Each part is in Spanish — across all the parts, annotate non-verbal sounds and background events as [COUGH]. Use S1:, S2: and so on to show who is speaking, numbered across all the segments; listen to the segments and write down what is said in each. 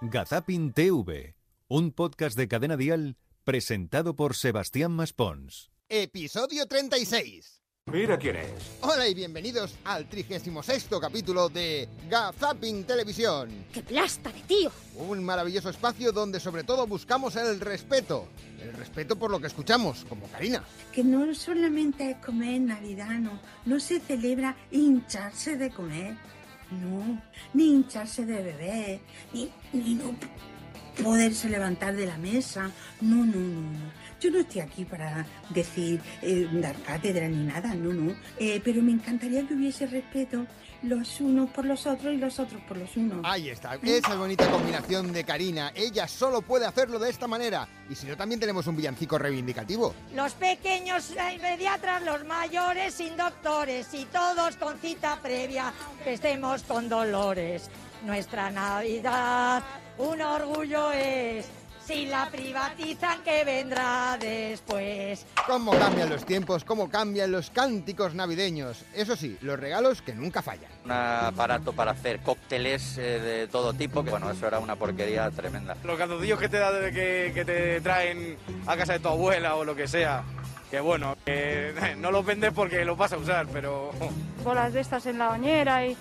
S1: Gazapin TV, un podcast de cadena dial presentado por Sebastián Maspons.
S2: Episodio 36.
S3: Mira quién es.
S2: Hola y bienvenidos al 36 capítulo de Gazapin Televisión.
S4: ¡Qué plasta de tío!
S2: Un maravilloso espacio donde sobre todo buscamos el respeto. El respeto por lo que escuchamos, como Karina.
S5: que no solamente es comer en Navidad, no, no se celebra hincharse de comer, no, ni hincharse de beber, ni, ni no p- poderse levantar de la mesa, no, no, no, no. Yo no estoy aquí para decir, eh, dar cátedra ni nada, no, no, Eh, pero me encantaría que hubiese respeto los unos por los otros y los otros por los unos.
S2: Ahí está, esa bonita combinación de Karina. Ella solo puede hacerlo de esta manera. Y si no, también tenemos un villancico reivindicativo.
S6: Los pequeños eh, pediatras, los mayores sin doctores y todos con cita previa, que estemos con dolores. Nuestra Navidad, un orgullo es. Si la privatizan, que vendrá después?
S2: ¿Cómo cambian los tiempos? ¿Cómo cambian los cánticos navideños? Eso sí, los regalos que nunca fallan.
S7: un aparato para hacer cócteles eh, de todo tipo, que bueno, eso era una porquería tremenda.
S8: Los calzoncillos que te da desde que, que te traen a casa de tu abuela o lo que sea. Que bueno, que [LAUGHS] no los vendes porque los vas a usar, pero [LAUGHS]
S9: bolas de estas en la bañera y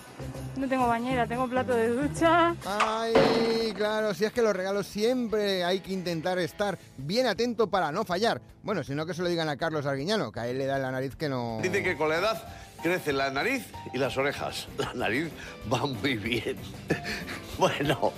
S9: no tengo bañera, tengo plato de ducha.
S2: Ay, claro, si es que los regalos siempre hay que intentar estar bien atento para no fallar. Bueno, si no que se lo digan a Carlos Arguiñano, que a él le da en la nariz que no...
S10: Dice que con la edad crecen la nariz y las orejas. La nariz va muy bien. [LAUGHS] Bueno,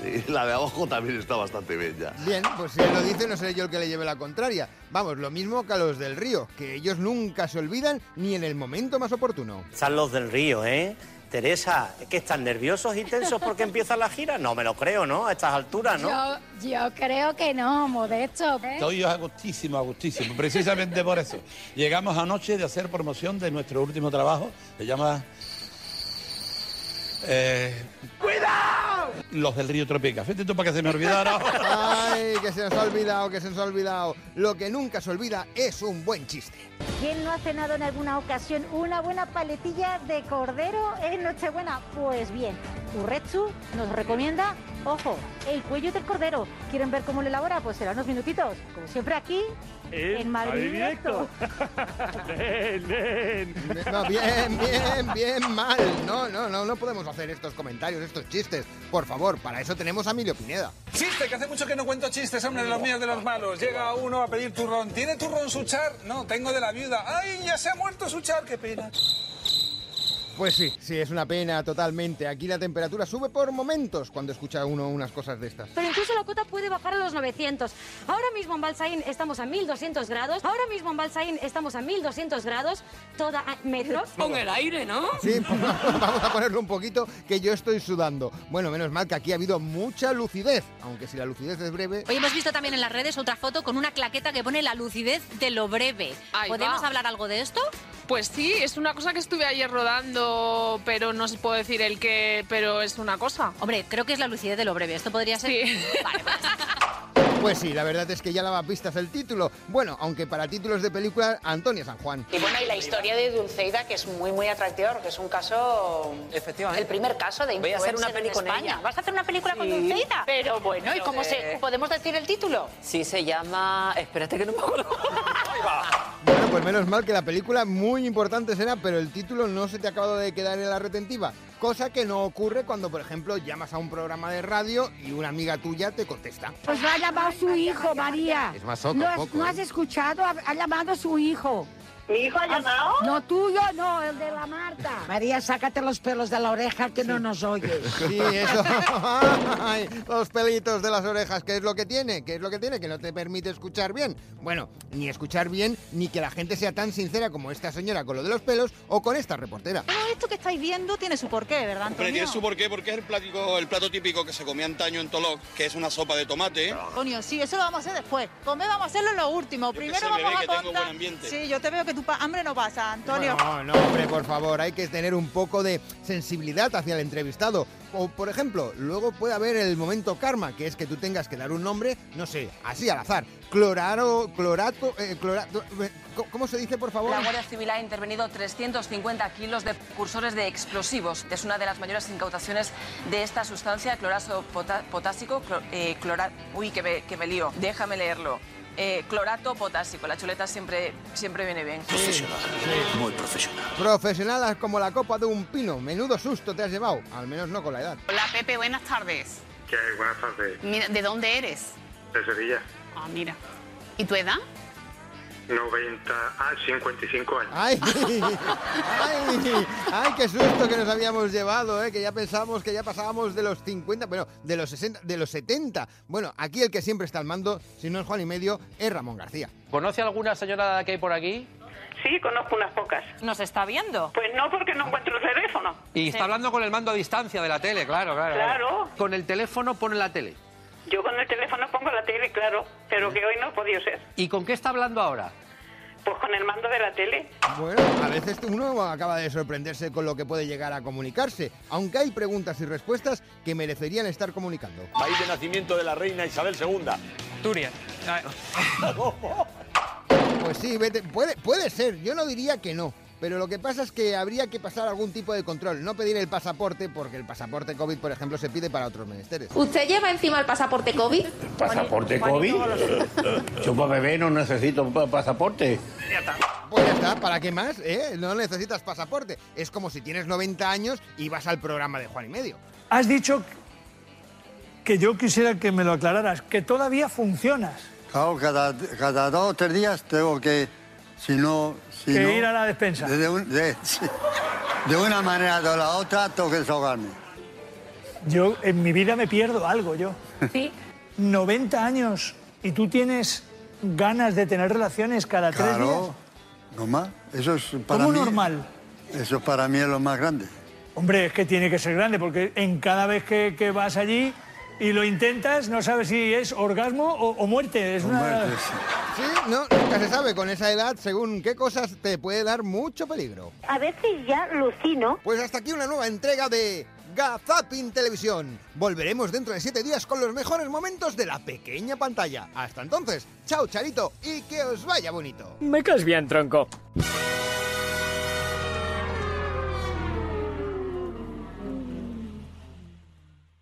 S10: sí, la de abajo también está bastante bien ya.
S2: Bien, pues si él lo dice, no seré yo el que le lleve la contraria. Vamos, lo mismo que a los del río, que ellos nunca se olvidan ni en el momento más oportuno.
S11: Están los del río, ¿eh? Teresa, ¿es que están nerviosos y tensos porque empieza la gira? No me lo creo, ¿no? A estas alturas, ¿no?
S4: Yo, yo creo que no, modesto. ¿eh?
S12: Estoy agustísimo, agustísimo, precisamente por eso. Llegamos anoche de hacer promoción de nuestro último trabajo, se llama... ¡Cuidado! Los del río Tropica. Fíjate tú para que se
S8: [LAUGHS]
S12: me olvidara.
S2: Ay, que se nos ha olvidado, que se nos ha olvidado. Lo que nunca se olvida es un buen chiste.
S6: ¿Quién no ha cenado en alguna ocasión una buena paletilla de cordero en Nochebuena? Pues bien, Urretsu nos recomienda, ojo, el cuello del cordero. ¿Quieren ver cómo lo elabora? Pues será unos minutitos. Como siempre aquí, en Madrid Directo.
S2: No, bien, bien, bien mal. No, no, no, no podemos hacer estos comentarios, estos chistes. Por favor, para eso tenemos a Emilio Pineda.
S13: Chiste, que hace mucho que no cuento chistes, hombre, de los míos de los malos. Llega uno a pedir turrón. ¿Tiene turrón su char? No, tengo de la viuda. ¡Ay, ya se ha muerto su char! ¡Qué pena!
S2: Pues sí, sí, es una pena totalmente. Aquí la temperatura sube por momentos cuando escucha uno unas cosas de estas.
S4: Pero incluso la cuota puede bajar a los 900. Ahora mismo en Balsaín estamos a 1200 grados. Ahora mismo en Balsaín estamos a 1200 grados. Toda a- metros.
S6: Con el aire, ¿no?
S2: Sí, [LAUGHS] vamos a ponerlo un poquito, que yo estoy sudando. Bueno, menos mal que aquí ha habido mucha lucidez, aunque si la lucidez es breve...
S4: Hoy hemos visto también en las redes otra foto con una claqueta que pone la lucidez de lo breve. ¿Podemos hablar algo de esto?
S9: Pues sí, es una cosa que estuve ayer rodando, pero no os puedo decir el qué, pero es una cosa.
S4: Hombre, creo que es la lucidez de lo breve. Esto podría ser. Vale, pues,
S2: Pues sí, la verdad es que ya lavapistas el título. Bueno, aunque para títulos de película, Antonia San Juan.
S9: Y bueno, y la historia de Dulceida, que es muy, muy atractiva, porque es un caso.
S7: Efectivamente.
S9: El primer caso de
S7: Voy a hacer una
S9: influencer en
S7: peli con
S9: España.
S7: ella.
S9: ¿Vas a hacer una película con Dulceida? Pero bueno, eh, ¿y
S7: Pero
S9: cómo
S7: de-
S9: se.? ¿Podemos decir el título?
S7: Sí, se llama... Espérate que no me acuerdo.
S2: Bueno, pues menos mal que la película muy importante será, pero el título no se te ha acabado de quedar en la retentiva. Cosa que no ocurre cuando, por ejemplo, llamas a un programa de radio y una amiga tuya te contesta.
S6: Pues lo ha llamado su hijo, María.
S2: Es más soco,
S6: Ah. ¿No, has-
S2: poco,
S6: no
S2: ¿eh?
S6: has escuchado? Ha, ha llamado su hijo.
S9: ¿Mi hijo ha llamado?
S6: No tuyo, no, el de la Marta. María, sácate los pelos de la oreja que no nos oyes.
S2: Sí, eso. [LAUGHS] Ay, los pelitos de las orejas, ¿qué es lo que tiene? ¿Qué es lo que tiene? Que no te permite escuchar bien. Bueno, ni escuchar bien, ni que la gente sea tan sincera como esta señora con lo de los pelos o con esta reportera.
S6: Todo esto que estáis viendo tiene su porqué, ¿verdad,
S13: Pero tiene su porqué, porque es el, plático, el plato típico que se comía antaño en Tolok, que es una sopa de tomate.
S6: Antonio, sí, eso lo vamos a hacer después. Comer vamos a hacerlo lo último.
S13: Yo que Primero sé, vamos bebé, a que tengo contar- buen ambiente.
S6: Sí, yo te veo que
S3: que tú pa- hambre no pasa,
S2: Ah,
S3: Antonio.
S2: No, no, hombre, por favor, hay que tener un poco de sensibilidad hacia el entrevistado. O, por ejemplo, luego puede haber el momento karma, que es que tú tengas que dar un nombre, no sé, así al azar. Cloraro, clorato, eh, clorato, eh, co- ¿cómo se dice, por favor?
S14: La Guardia Civil ha intervenido 350 kilos de precursores de explosivos. Es una de las mayores incautaciones de esta sustancia, clorazo pota- potásico, clo- eh, clora- Uy, que me, que me lío. Déjame leerlo. Eh, clorato potásico. La chuleta siempre, siempre viene bien.
S10: Profesional, muy profesional.
S2: Profesional como la copa de un pino. Menudo susto te has llevado, al menos no con la edad.
S15: Hola Pepe, buenas tardes.
S16: ¿Qué hay? Buenas tardes.
S15: Mira, ¿de dónde eres?
S16: De Sevilla.
S15: Ah, mira. ¿Y tu edad?
S16: 90 a 55 años.
S2: ¡Ay! [LAUGHS] ¡Ay! ¡Ay, qué susto que nos habíamos llevado, eh! Que ya pensábamos que ya pasábamos de los 50, bueno, de los 60, de los 70. Bueno, aquí el que siempre está al mando, si no es Juan y medio, es Ramón García.
S17: ¿Conoce alguna señora que hay por aquí?
S18: Sí, conozco unas pocas.
S14: ¿Nos está viendo?
S18: Pues no, porque no encuentro el teléfono.
S17: Y está hablando con el mando a distancia de la tele, claro, claro.
S18: Claro.
S17: Con el teléfono pone la tele.
S18: Yo con el teléfono pongo la tele, claro, pero que hoy no he podido ser.
S17: ¿Y con qué está hablando ahora?
S18: Pues con el mando de la tele.
S2: Bueno, a veces uno acaba de sorprenderse con lo que puede llegar a comunicarse, aunque hay preguntas y respuestas que merecerían estar comunicando.
S19: País de nacimiento de la reina Isabel II. Asturias.
S2: Pues sí, vete, puede, puede ser, yo no diría que no. Pero lo que pasa es que habría que pasar algún tipo de control, no pedir el pasaporte, porque el pasaporte COVID, por ejemplo, se pide para otros menesteres.
S20: ¿Usted lleva encima el pasaporte COVID?
S11: ¿Pasaporte COVID? Chupa bebé, no necesito pa- pasaporte.
S2: Pues ya está, ¿para qué más? eh? No necesitas pasaporte. Es como si tienes 90 años y vas al programa de Juan y Medio.
S21: Has dicho que yo quisiera que me lo aclararas, que todavía funcionas.
S22: Claro, cada, cada dos o tres días tengo que, si no... Si
S21: Que
S22: no, Eh.
S21: ir a la despensa.
S22: De, un- de- de una manera o la otra tengo que desahogarme.
S21: Yo en mi vida me pierdo algo, yo.
S20: Sí.
S21: 90 años y tú tienes ganas de tener relaciones cada tres días.
S22: Claro, normal. Eso es para
S21: ¿Cómo
S22: mí...
S21: normal?
S22: Eso para mí es lo más grande.
S21: Hombre, es que tiene que ser grande, porque en cada vez que, que vas allí y lo intentas, no sabes si es orgasmo o, o muerte. Es una...
S2: Sí, no, nunca se sabe con esa edad según qué cosas te puede dar mucho peligro.
S23: A veces ya lucino.
S2: Pues hasta aquí una nueva entrega de Gazapin Televisión. Volveremos dentro de siete días con los mejores momentos de la pequeña pantalla. Hasta entonces, chao Charito y que os vaya bonito.
S24: Me caes bien, tronco.